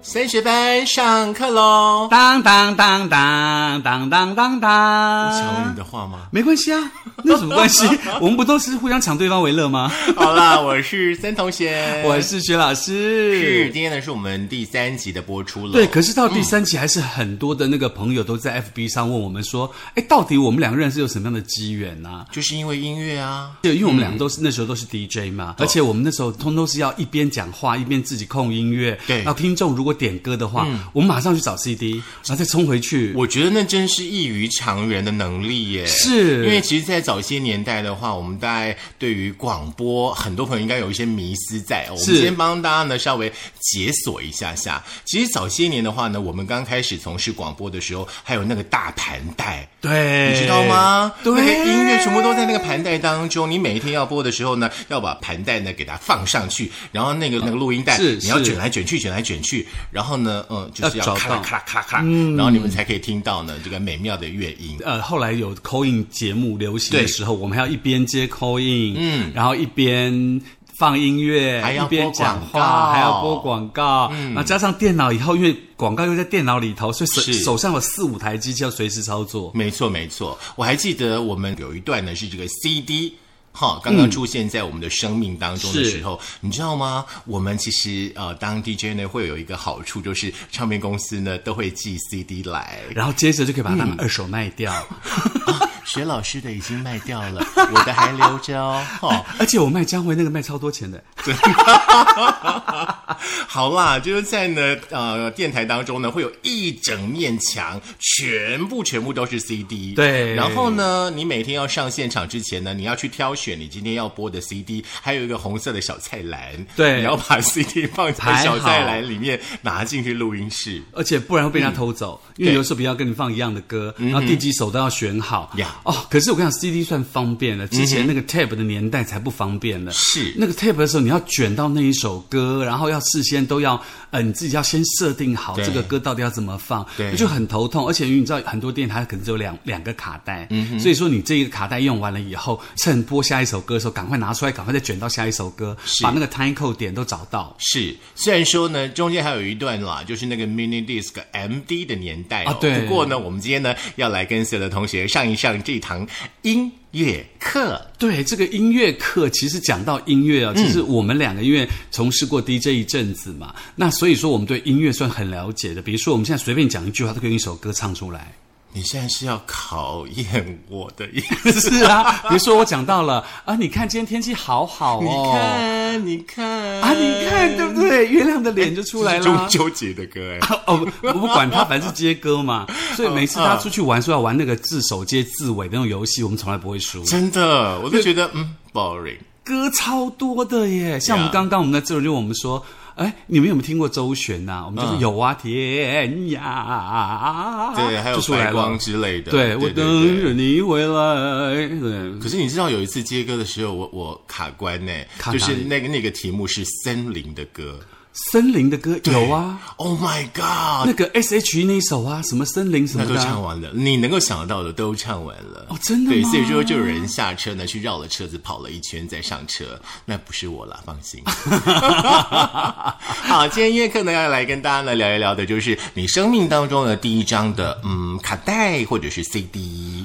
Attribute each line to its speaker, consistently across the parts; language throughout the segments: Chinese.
Speaker 1: 三学班上课喽！
Speaker 2: 当当当当当当当
Speaker 1: 抢了
Speaker 2: 当
Speaker 1: 你，的话吗？
Speaker 2: 没关系啊，那有什么 关系？我们不都是互相抢对方为乐吗？
Speaker 1: 好啦，我是森同 学，
Speaker 2: 我是薛老
Speaker 1: 是
Speaker 2: 师，
Speaker 1: 今天呢是我们第三集的播出了。
Speaker 2: 对，可是到第三集还是很多的那个朋友都在 FB 上问我们说，哎，到底我们两个人是有什么样的机缘呢、
Speaker 1: 就是因为音乐啊，
Speaker 2: 对，因为我们俩都是、那时候都是 DJ 嘛，而且我们那时候通通是要一边讲话一边自己控音乐。
Speaker 1: 对嗯
Speaker 2: 那听众如果点歌的话，我们马上去找 CD，然后再冲回去。
Speaker 1: 我觉得那真是异于常人的能力耶。
Speaker 2: 是
Speaker 1: 因为其实，在早些年代的话，我们大概对于广播，很多朋友应该有一些迷思在。我们
Speaker 2: 是
Speaker 1: 先帮大家呢稍微解锁一下下。其实早些年的话呢，我们刚开始从事广播的时候，还有那个大盘带。
Speaker 2: 对，
Speaker 1: 你知道吗？
Speaker 2: 对，
Speaker 1: 那个音乐全部都在那个盘带当中。你每一天要播的时候呢，要把盘带呢给它放上去，然后那个那个录音带
Speaker 2: 是
Speaker 1: 你要
Speaker 2: 是
Speaker 1: 卷来卷去，卷来卷去，然后呢，嗯，就是
Speaker 2: 要
Speaker 1: 要
Speaker 2: 找
Speaker 1: 咔啦
Speaker 2: 到嗯
Speaker 1: 咔啦咔啦咔啦，然后你们才可以听到呢这个美妙的乐音。
Speaker 2: 呃，后来有 call in 节目流行的时候，我们还要一边接 call in，嗯，然后一边。放音乐，
Speaker 1: 还要
Speaker 2: 一边
Speaker 1: 播
Speaker 2: 讲
Speaker 1: 广告
Speaker 2: 话，还要播广告，嗯，然后加上电脑以后，因为广告又在电脑里头，所以手
Speaker 1: 是嗯
Speaker 2: 手上有四五台机器要随时操作。
Speaker 1: 没错，没错，我还记得我们有一段呢是这个 CD。哈，刚刚出现在我们的生命当中的时候，你知道吗？我们其实呃，当 DJ 呢会有一个好处，就是唱片公司呢都会寄 CD 来，
Speaker 2: 然后接着就可以把它
Speaker 1: 嗯
Speaker 2: 们二手卖掉，
Speaker 1: 学老师的已经卖掉了， 我的还留着哦。哦
Speaker 2: 而且我卖江辉那个卖超多钱的，
Speaker 1: 好啦，就是在呢呃电台当中呢，会有一整面墙，全部全部都是 CD。
Speaker 2: 对
Speaker 1: 然后呢，你每天要上现场之前呢，你要去挑选你今天要播的 CD，还有一个红色的小菜篮，
Speaker 2: 对
Speaker 1: 你要把 CD 放在
Speaker 2: 排
Speaker 1: 小
Speaker 2: 好
Speaker 1: 菜篮里面，拿进去录音室。
Speaker 2: 而且不然会被
Speaker 1: 嗯
Speaker 2: 人家偷走，因为
Speaker 1: 对
Speaker 2: 有时候别人要跟你放一样的歌，
Speaker 1: 嗯
Speaker 2: 然后第几首都要选好
Speaker 1: 呀。
Speaker 2: 哦，可是我跟你讲，CD 算方便了，之前那个 tape 的年代才不方便呢。
Speaker 1: 嗯是
Speaker 2: 那个 tape 的时候，你要卷到那一首歌，然后要事先都要，呃，你自己要先设定好
Speaker 1: 对
Speaker 2: 这个歌到底要怎么放，
Speaker 1: 对
Speaker 2: 就很头痛。而且因为你知道很多店它可能只有两两个卡带，
Speaker 1: 嗯
Speaker 2: 所以说你这一个卡带用完了以后，趁播下一首歌的时候，赶快拿出来，赶快再卷到下一首歌，把那个 time code 点都找到。
Speaker 1: 是，虽然说呢，中间还有一段啦，就是那个 mini disc MD 的年代、哦、
Speaker 2: 啊对
Speaker 1: 不过呢，我们今天呢，要来跟所有的同学上一上这堂音乐课。
Speaker 2: 对这个音乐课，其实讲到音乐啊，
Speaker 1: 嗯
Speaker 2: 其实我们两个因为从事过 DJ 一阵子嘛，那所以说我们对音乐算很了解的。比如说我们现在随便讲一句话，都可以用一首歌唱出 来。
Speaker 1: 你现在是要考验我的意思？
Speaker 2: 是啊，比如说我讲到了啊，你看今天天气好好哦，
Speaker 1: 你看，你看
Speaker 2: 啊，你看对不对？月亮的脸就出来
Speaker 1: 哎这是中
Speaker 2: 了。
Speaker 1: 秋节的歌哎。
Speaker 2: 哦，不我不管他，反正是接歌嘛。所
Speaker 1: 哦
Speaker 2: 以每次
Speaker 1: 啊
Speaker 2: 他出去玩，说要玩那个字首接字尾的那种游戏，我们从来不会输。
Speaker 1: 真的，我都觉得嗯，boring。
Speaker 2: 歌超多的耶，像我
Speaker 1: Yeah
Speaker 2: 们刚刚我们在这里就我们说，哎，你们有没有听过周璇呐、我们就
Speaker 1: 嗯
Speaker 2: 是有啊，天涯，
Speaker 1: 对，还有
Speaker 2: 啊就出来
Speaker 1: 白
Speaker 2: 了
Speaker 1: 光。之类的。
Speaker 2: 对，我
Speaker 1: 对
Speaker 2: 等
Speaker 1: 对
Speaker 2: 着你回来。对，
Speaker 1: 可是你知道有一次接歌的时候，我我卡关呢，
Speaker 2: 卡
Speaker 1: 就是
Speaker 2: 哪里
Speaker 1: 那个那个题目是森林的歌。
Speaker 2: 森林的歌有啊，
Speaker 1: Oh my god！
Speaker 2: 那个 S.H.E 那一首啊，什么森林什
Speaker 1: 那
Speaker 2: 么
Speaker 1: 都
Speaker 2: 的啊、
Speaker 1: 唱完了，你能够想到的都唱完了。
Speaker 2: 哦真的
Speaker 1: 对，
Speaker 2: 吗
Speaker 1: 所以说就有人下车呢，去绕了车子跑了一圈再上车，那不是我啦，放心。 好，今天音乐课呢要来跟大家呢聊一聊的，就是你生命当中的第一张的嗯卡带或者是 CD，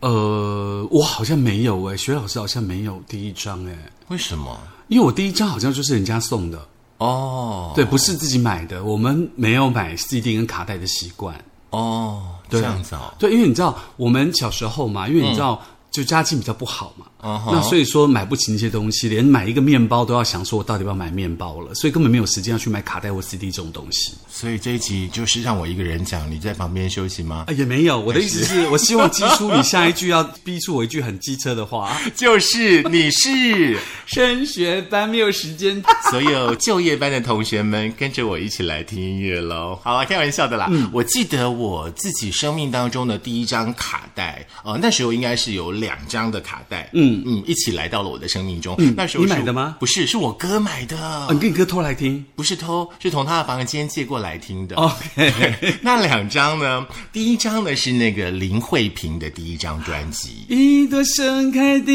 Speaker 2: 呃，我好像没有哎、学老师好像没有第一张哎、
Speaker 1: 为什么？
Speaker 2: 因为我第一张好像就是人家送的，
Speaker 1: 哦，
Speaker 2: 对，不是自己买的，我们没有买 CD 跟卡带的习惯。
Speaker 1: 哦，这样子哦，
Speaker 2: 对，因为你知道我们小时候嘛，因为你知道、就家境比较不好嘛。
Speaker 1: 嗯哼
Speaker 2: 那所以说买不起那些东西，连买一个面包都要想说，我到底要不要买面包了，所以根本没有时间要去买卡带或 CD 这种东西。
Speaker 1: 所以这一集就是让我一个人讲，你在旁边休息吗
Speaker 2: 啊，？也没有，我的意思是，我希望激出你下一句要逼出我一句很机车的话。
Speaker 1: 就是你是。
Speaker 2: 升学班没有时间，
Speaker 1: 所有就业班的同学们，跟着我一起来听音乐喽！好了，开玩笑的啦。
Speaker 2: 嗯
Speaker 1: 我记得我自己生命当中的第一张卡带，呃，那时候应该是有两张的卡带，嗯嗯，一起来到了我的生命中。那时候
Speaker 2: 嗯你
Speaker 1: 是
Speaker 2: 买的吗
Speaker 1: 不是，是我哥买的
Speaker 2: 啊，你跟你哥偷来听。
Speaker 1: 不是偷，是从他的房间借过来听
Speaker 2: 哦
Speaker 1: 的。
Speaker 2: OK，
Speaker 1: 那两张呢？第一张呢是那个林慧萍的第一张专辑，
Speaker 2: 一朵盛开的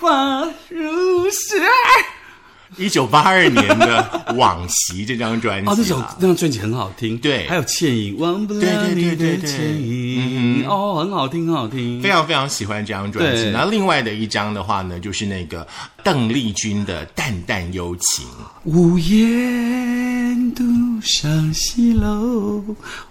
Speaker 2: 花如是爱。
Speaker 1: 一九八二年的《往昔》这张专辑
Speaker 2: 哦，
Speaker 1: 啦，
Speaker 2: 这首那张专辑很好听，
Speaker 1: 对
Speaker 2: 还有《倩影》，忘不了
Speaker 1: 对对
Speaker 2: 你
Speaker 1: 对对
Speaker 2: 的
Speaker 1: 对
Speaker 2: 倩影，哦，很好听，很好听
Speaker 1: 非。常非常喜欢这张专辑。
Speaker 2: 对
Speaker 1: 那另外的一张的话呢，就是那个邓丽君的《淡淡幽情》。
Speaker 2: 午夜独上西楼，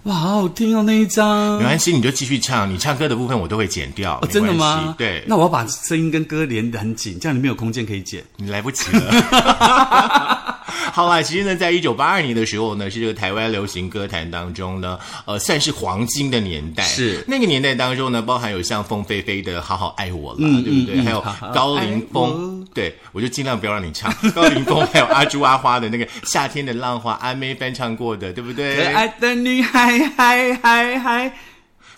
Speaker 2: 哇，好好听哦那一张
Speaker 1: 没。关系，你就继续唱，你唱歌的部分我都会剪掉。
Speaker 2: 哦
Speaker 1: 没
Speaker 2: 真的
Speaker 1: 关系
Speaker 2: 吗？
Speaker 1: 对，
Speaker 2: 那我要把声音跟歌连得很紧，这样你没有空间可以剪。
Speaker 1: 你来不及了。 好啦，其实呢，在一九八二年的时候呢，是这个台湾流行歌坛当中呢，呃，算是黄金的年代。
Speaker 2: 是
Speaker 1: 那个年代当中呢，包含有像凤飞飞的《好好爱我》啦，
Speaker 2: 嗯
Speaker 1: 对不对？还有高凌风，对我就尽量不要让你 唱高凌风，还有阿朱阿花的那个《夏天的浪花》，阿妹翻唱过的，对不
Speaker 2: 可哎
Speaker 1: 对？
Speaker 2: 爱的女孩，嗨嗨嗨！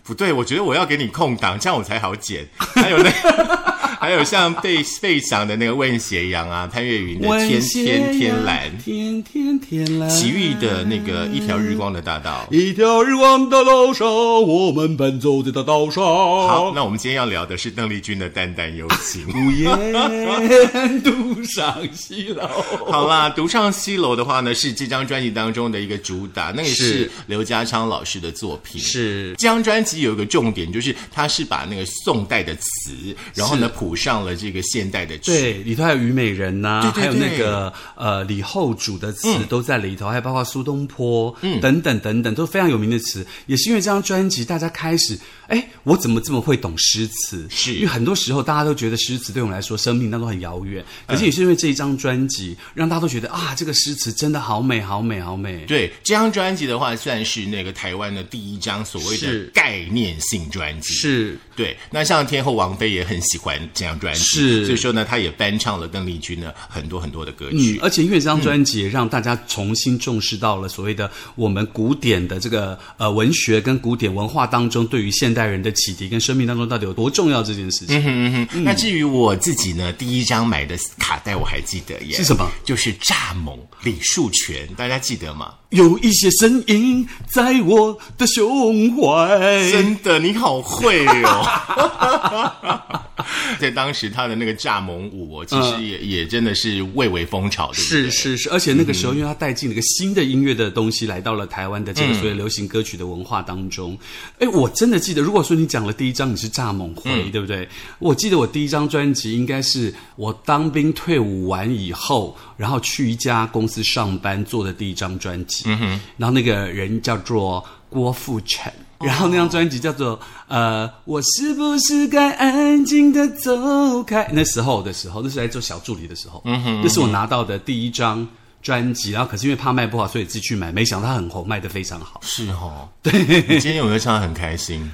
Speaker 1: 不对，我觉得我要给你空档，这样我才好 剪。还有那个，还有像费费翔的那个《问斜阳》啊，潘越云的《天天天蓝》。
Speaker 2: 天天天蓝。
Speaker 1: 奇遇的那个一条日光的大道。
Speaker 2: 一条日光的路上，我们奔走在大道上。。
Speaker 1: 好，那我们今天要聊的是邓丽君的《淡淡幽情》
Speaker 2: 午夜独上西楼。
Speaker 1: 好啦，独上西楼的话呢，是这张专辑当中的一个主打，那个是
Speaker 2: 是
Speaker 1: 刘家昌老师的作品。
Speaker 2: 是
Speaker 1: 这张专辑有一个重点，就是它是把那个宋代的词，然后呢谱上了这个现代的曲。
Speaker 2: 对，里头还有虞美人呐、
Speaker 1: 对对嗯
Speaker 2: 还有那
Speaker 1: 对
Speaker 2: 个呃李后主的词都在里头，还有包括苏东坡、
Speaker 1: 嗯
Speaker 2: 等等等等，都非常有名的词。也是因为这张专辑，大家开始，哎，我怎么这么会懂诗词？
Speaker 1: 是
Speaker 2: 因为很多时候大家都觉得诗词对我们来说生命当中很遥远，可是也是因为这一张专辑，让大家都觉得啊，这个诗词真的好美，好美，好美。
Speaker 1: 对，这张专辑的话，算是那个台湾的第一张所谓的
Speaker 2: 是
Speaker 1: 概念性专辑。
Speaker 2: 是
Speaker 1: 对，那像天后王菲也很喜欢这张专辑，
Speaker 2: 是
Speaker 1: 所以说呢，她也翻唱了邓丽君的很多很多的歌曲。
Speaker 2: 嗯，而且因为这张专
Speaker 1: 嗯
Speaker 2: 辑也让大家重新重视到了所谓的我们古典的这个呃文学跟古典文化当中对于现代人的启迪跟生命当中到底有多重要这件事情。
Speaker 1: 嗯哼，那至于我自己呢，第一张买的卡带我还记得耶，
Speaker 2: 是什么？
Speaker 1: 就是蚱蜢李树全，大家记得吗？
Speaker 2: 有一些声音在我的胸怀。
Speaker 1: 真的，你好会 哦！ 在当时他的那个蚱蜢舞，我其实也、也真的是蔚为风潮，对不对？
Speaker 2: 嗯是嗯是是，而且那个时候，因为他带进了一个新的音乐的东西，来到了台湾的这个所谓流行歌曲的文化当中。哎、我真的记得，如果说你讲了第一张你是蚱蜢回，对不对？我记得我第一张专辑应该是我当兵退伍完以后，然后去一家公司上班做的第一张专辑。嗯哼，然后那个人叫做郭富城。 然后那张专辑叫做呃，我是不是该安静的走开？那时候的时候，那是在做小助理的时候，嗯哼，那是我拿到的第一张专辑。然后可是因为怕卖不好，所以自己去买，没想到它很红，卖的非常好。
Speaker 1: 是哦，对，你今天有没有唱的很开心？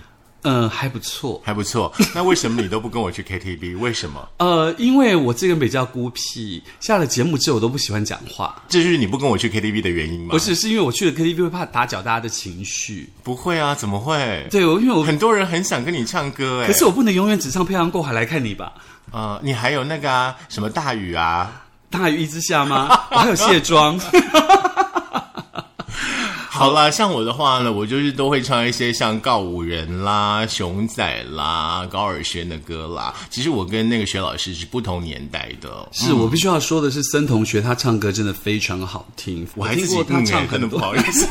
Speaker 2: 嗯，还不错。
Speaker 1: 还不错。那为什么你都不跟我去 KTV？为什么？
Speaker 2: 呃，因为我这个人比较孤僻，下了节目之后我都不喜欢讲话，
Speaker 1: 这就是你不跟我去 KTV 的原因吗？
Speaker 2: 不是是因为我去了 KTV 会怕打搅大家的情绪。
Speaker 1: 不会啊，怎么会？
Speaker 2: 对，我因为 我
Speaker 1: 很多人很想跟你唱歌哎、
Speaker 2: 可是我不能永远只唱《漂洋过海来看你》吧。
Speaker 1: 呃，你还有那个啊，什么大雨啊，
Speaker 2: 大雨一之下 吗？我还有卸妆。
Speaker 1: 好啦，像我的话呢，我就是都会唱一些像告五人啦、熊仔啦、高尔宣的歌啦。其实我跟那个薛老师是不同年代的哦，
Speaker 2: 是我必须要说的是，森同学他唱歌真的非常好听，我
Speaker 1: 我还
Speaker 2: 听
Speaker 1: 自己
Speaker 2: 过他
Speaker 1: 嗯
Speaker 2: 唱
Speaker 1: 哎真的
Speaker 2: 很
Speaker 1: 不
Speaker 2: 多，
Speaker 1: 好 意思。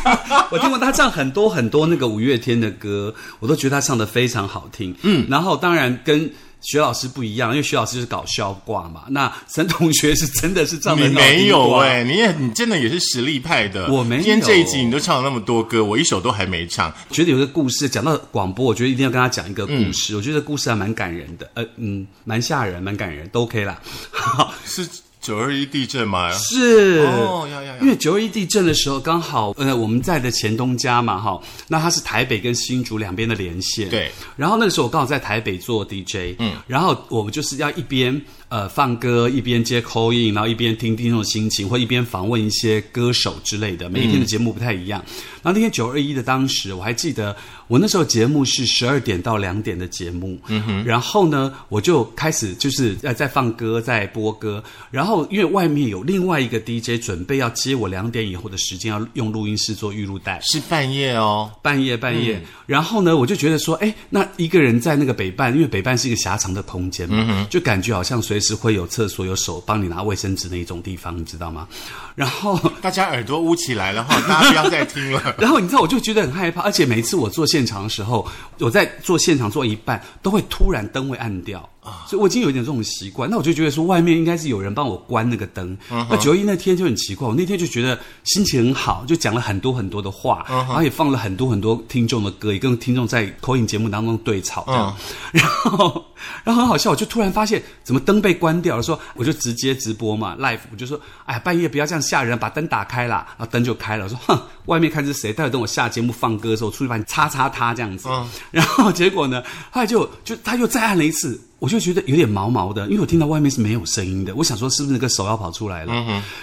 Speaker 2: 我听过他唱很多很多那个五月天的歌，我都觉得他唱的非常好听。嗯，然后当然跟。薛老师不一样，因为薛老师是搞笑挂嘛。那森同学是真的是唱的
Speaker 1: 你没有
Speaker 2: 啊
Speaker 1: 哎、你也你真的也是实力派的。
Speaker 2: 我没有
Speaker 1: 今天这一集你都唱了那么多歌，我一首都还没唱。
Speaker 2: 觉得有个故事，讲到广播，我觉得一定要跟他讲一个故事。
Speaker 1: 嗯
Speaker 2: 我觉得故事还蛮感人的，呃嗯，蛮吓人，蛮感人，都 OK 啦。好，
Speaker 1: 是九二一地震吗？
Speaker 2: 是
Speaker 1: 哦要要要
Speaker 2: 因为九二一地震的时候，刚好呃我们在的前东家嘛哈，那它是台北跟新竹两边的连线，
Speaker 1: 对。
Speaker 2: 然后那个时候我刚好在台北做 DJ，嗯，然后我们就是要一边呃放歌，一边接 call in，然后一边听听众心情，或一边访问一些歌手之类的。每一天的节目不太一样。然后那天九二一的当时，我还记得我那时候节目是十二点到两点的节目，嗯哼。然后呢，我就开始就是呃在放歌，在播歌。然后因为外面有另外一个 DJ 准备要接我两点以后的时间，要用录音室做预录带。
Speaker 1: 是半夜哦。
Speaker 2: 半夜半夜，然后呢，我就觉得说，哎，那一个人在那个北半，因为北半是一个狭长的空间嘛，就感觉好像随随时会有厕所、有手帮你拿卫生纸那一种地方，你知道吗？然后
Speaker 1: 大家耳朵捂起来了哈， 大家不要再听 了。
Speaker 2: 然后你知道，我就觉得很害怕，而且每次我做现场的时候，我在做现场做一半，都会突然灯会暗掉所以我已经有一点这种习惯。那我就觉得说，外面应该是有人帮我关那个灯。那九一那天就很奇怪，我那天就觉得心情很好，就讲了很多很多的话，然后也放了很多很多听众的歌，也跟听众在口音节目当中对吵这样。 然后，然后很好笑，我就突然发现怎么灯被关掉了，说我就直接直播嘛，live，我就说，哎呀，半夜不要这样吓人，把灯打开啦，然后灯就开了，我说，哼，外面看是谁，待会等我下节目放歌的时候，我出去把你擦擦他这样子。 然后结果呢，后来就就他又再按了一次。我就觉得有点毛毛的，因为我听到外面是没有声音的，我想说是不是那个手要跑出来了？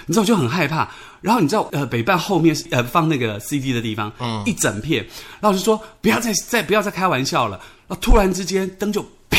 Speaker 2: 你知道我就很害怕。然后你知道，呃，北半后面是呃放那个 CD 的地方，一整片，然后我就说不要再再不要再开玩笑了。然后突然之间灯就啪，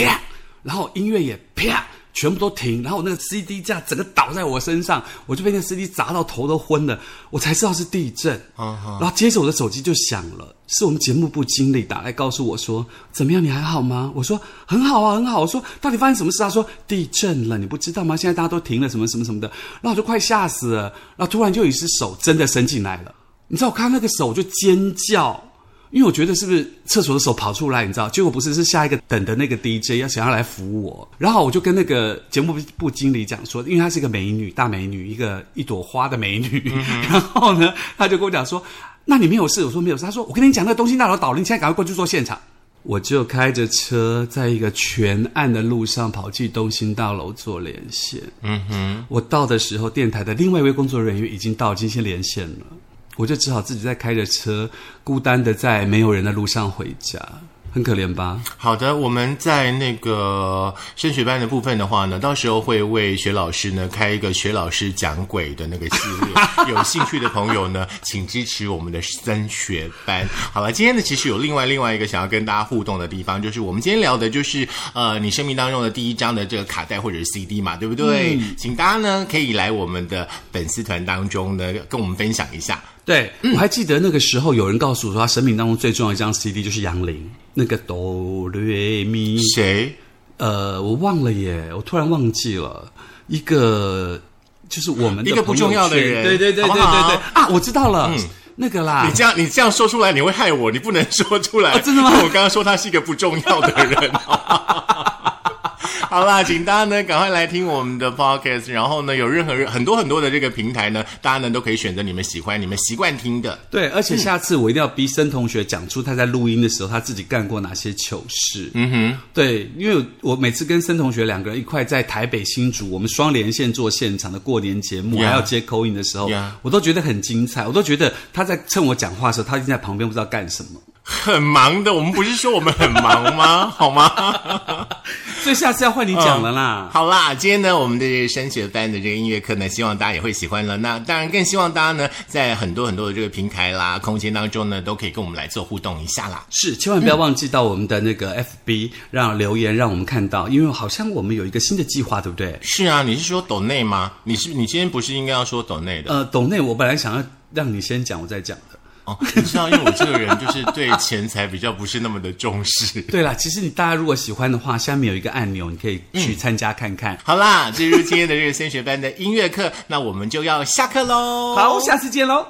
Speaker 2: 然后音乐也啪，全部都停，然后那个 CD 架整个倒在我身上，我就被那个 CD 砸到头都昏了，我才知道是地震。
Speaker 1: 哦
Speaker 2: 然后接着我的手机就响了，是我们节目部经理打来告诉我说：“怎么样，你还好吗？”我说：“很好啊，很好。”我说：“到底发生什么事啊？”他说：“地震了，你不知道吗？现在大家都停了，什么什么什么的。”然后我就快吓死了，然后突然就有一只手真的伸进来了，你知道，我看到那个手就尖叫。因为我觉得是不是厕所的手跑出来，你知道？结果不是，是下一个等的那个 DJ 要想要来扶我，然后我就跟那个节目部经理讲说，因为她是一个美女，大美女，一个一朵花的美女，然后呢，她就跟我讲说，那你没有事？我说没有事。她说我跟你讲，那东西那楼倒了，你现在赶快过去做现场。我就开着车，在一个全暗的路上跑去东兴大楼做连线。嗯哼，我到的时候，电台的另外一位工作人员已经到，已经先连线了。我就只好自己再开着车，孤单的在没有人的路上回家，很可怜吧？
Speaker 1: 好的，我们在那个升学班的部分的话呢，到时候会为学老师呢开一个学老师讲鬼的那个系列，有兴趣的朋友呢，请支持我们的升学班。好了，今天呢其实有另外另外一个想要跟大家互动的地方，就是我们今天聊的就是呃你生命当中的第一张的这个卡带或者是 CD 嘛，对不对？请大家呢可以来我们的粉丝团当中呢跟我们分享一下。
Speaker 2: 对，我还记得那个时候有人告诉我说，他生命当中最重要的一张 CD 就是杨林那个哆瑞咪，
Speaker 1: 谁？
Speaker 2: 呃，我忘了耶，我突然忘记了一个，就是我们的
Speaker 1: 一个不
Speaker 2: 朋友
Speaker 1: 重要的
Speaker 2: 圈
Speaker 1: 人
Speaker 2: 对对对
Speaker 1: 好
Speaker 2: 对
Speaker 1: 不
Speaker 2: 对
Speaker 1: 好嗯
Speaker 2: 对啊，我知道了，那个啦
Speaker 1: 你，这样你这样说出来，你会害我，你不能说出来。
Speaker 2: 啊 哦真的吗
Speaker 1: 因为我刚刚说他是一个不重要的 人。好啦，请大家呢赶快来听我们的 podcast，然后呢有任何人很多很多的这个平台呢，大家呢都可以选择你们喜欢、你们习惯听的。
Speaker 2: 对，而且下次我一定要逼申同学讲出他在录音的时候他自己干过哪些糗事。嗯哼，对，因为我每次跟申同学两个人一块在台北新竹，我们双连线做现场的过年节目
Speaker 1: Yeah
Speaker 2: 还要接口音的时候
Speaker 1: Yeah
Speaker 2: 我都觉得很精彩，我都觉得他在趁我讲话的时候，他已经在旁边不知道干什么。
Speaker 1: 很忙的，我们不是说我们很忙 吗？好吗？
Speaker 2: 所以下次要换你讲了啦。
Speaker 1: 好啦，今天呢，我们的这个升学班的这个音乐课呢，希望大家也会喜欢了。那当然，更希望大家呢，在很多很多的这个平台啦、空间当中呢，都可以跟我们来做互动一下啦。
Speaker 2: 是，千万不要忘记到我们的那个 FB，、让留言让我们看到，因为好像我们有一个新的计划，对不对？
Speaker 1: 是啊，你是说抖内吗？你是你今天不是应该要说抖内的？
Speaker 2: 呃，董内，我本来想要让你先讲，我再讲的。
Speaker 1: 哦，你知道，因为我这个人就是对钱财比较不是那么的重视。
Speaker 2: 对啦，其实你大家如果喜欢的话，下面有一个按钮，你可以去参加看看。
Speaker 1: 好啦，这就是今天的这个升学班的音乐课，那我们就要下课喽。
Speaker 2: 好，下次见喽。